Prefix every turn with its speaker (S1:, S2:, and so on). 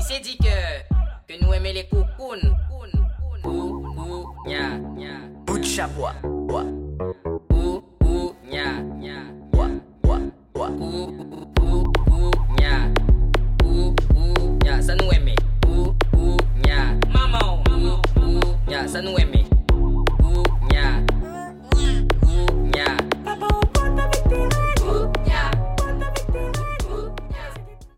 S1: c'est dit que, que nous aimons les coucounes. Coucounes, coucounes, coucounes, nya, nya. Bout de chabois, bois.